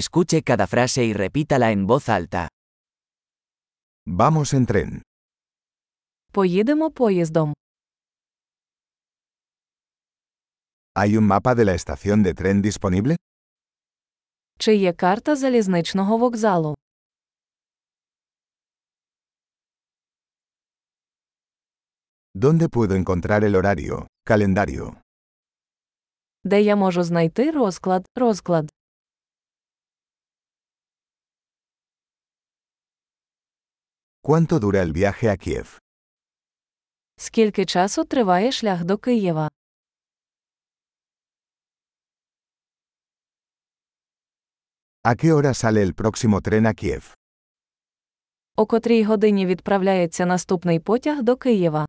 Escuche cada frase y repítala en voz alta. Vamos en tren. Поїдемо поїздом. ¿Hay un mapa de la estación de tren disponible? Чи є карта залізничного вокзалу? ¿Dónde puedo encontrar el horario, calendario? Де я можу знайти розклад, розклад? ¿Cuánto dura el viaje a Kiev? Скільки часу триває шлях до Києва? ¿A qué hora sale el próximo tren a Kiev? О котрій годині відправляється наступний потяг до Києва?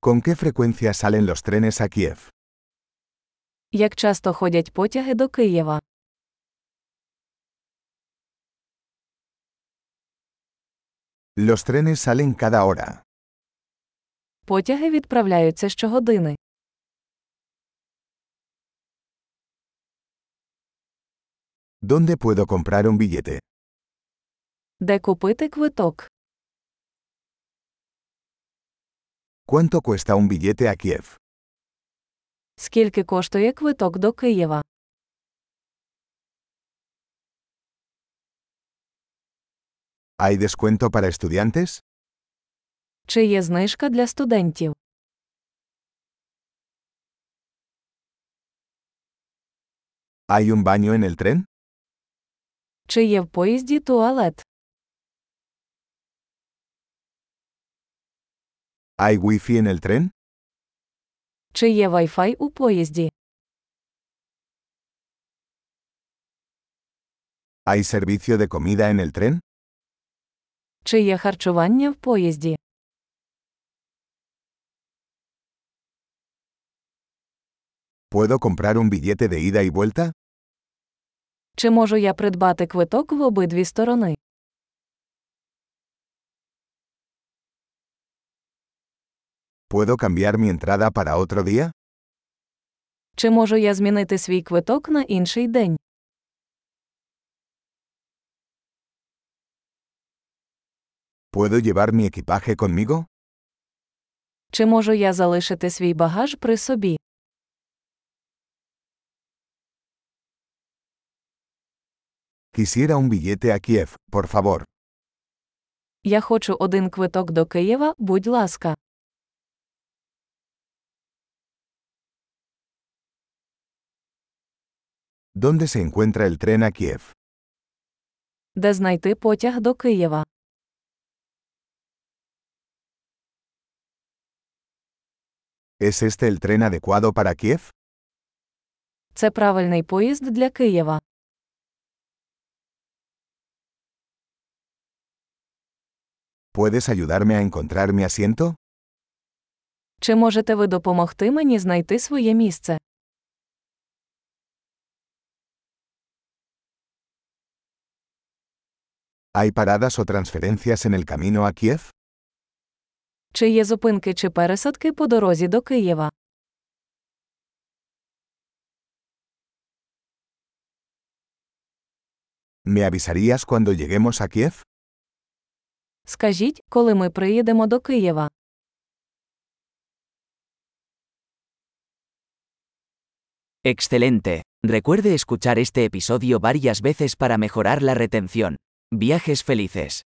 ¿Con qué frecuencia salen los trenes a Kiev? Як часто ходять потяги до Києва? Los trenes salen cada hora. Потяги відправляються щогодини. ¿Dónde puedo comprar un billete? Де купити квиток? ¿Cuánto cuesta un billete a Kiev? Скільки коштує квиток до Києва? ¿Hay descuento para estudiantes? Чи є знижка для студентів? ¿Hay un baño en el tren? Чи є в поїзді туалет? ¿Hay wifi en el tren? Чи є Wi-Fi у поїзді? ¿Hay servicio de comida en el tren? Чи є харчування в поїзді? ¿Puedo comprar un billete de ida y vuelta? Чи можу я придбати квиток в обидві сторони? ¿Puedo cambiar mi entrada para otro día? Чи можу я змінити свій квиток на інший день? ¿Puedo llevar mi equipaje conmigo? Чи можу я залишити свій багаж при собі? Quisiera un billete a Kiev, por favor. Я хочу один квиток до Києва, будь ласка. ¿Dónde se encuentra el tren a Kiev? Де знайти потяг до Києва? ¿Es este el tren adecuado para Kiev? Це правильний поїзд для Києва. ¿Puedes ayudarme a encontrar mi asiento? Чи можете ви допомогти мені знайти своє місце? ¿Hay paradas o transferencias en el camino a Kiev? Чи є зупинки чи пересадки по дорозі до Києва? ¿Me avisarías cuando lleguemos a Kiev? Скажіть, коли ми приїдемо до Києва? Excelente. Recuerde escuchar este episodio varias veces para mejorar la retención. Viajes felices.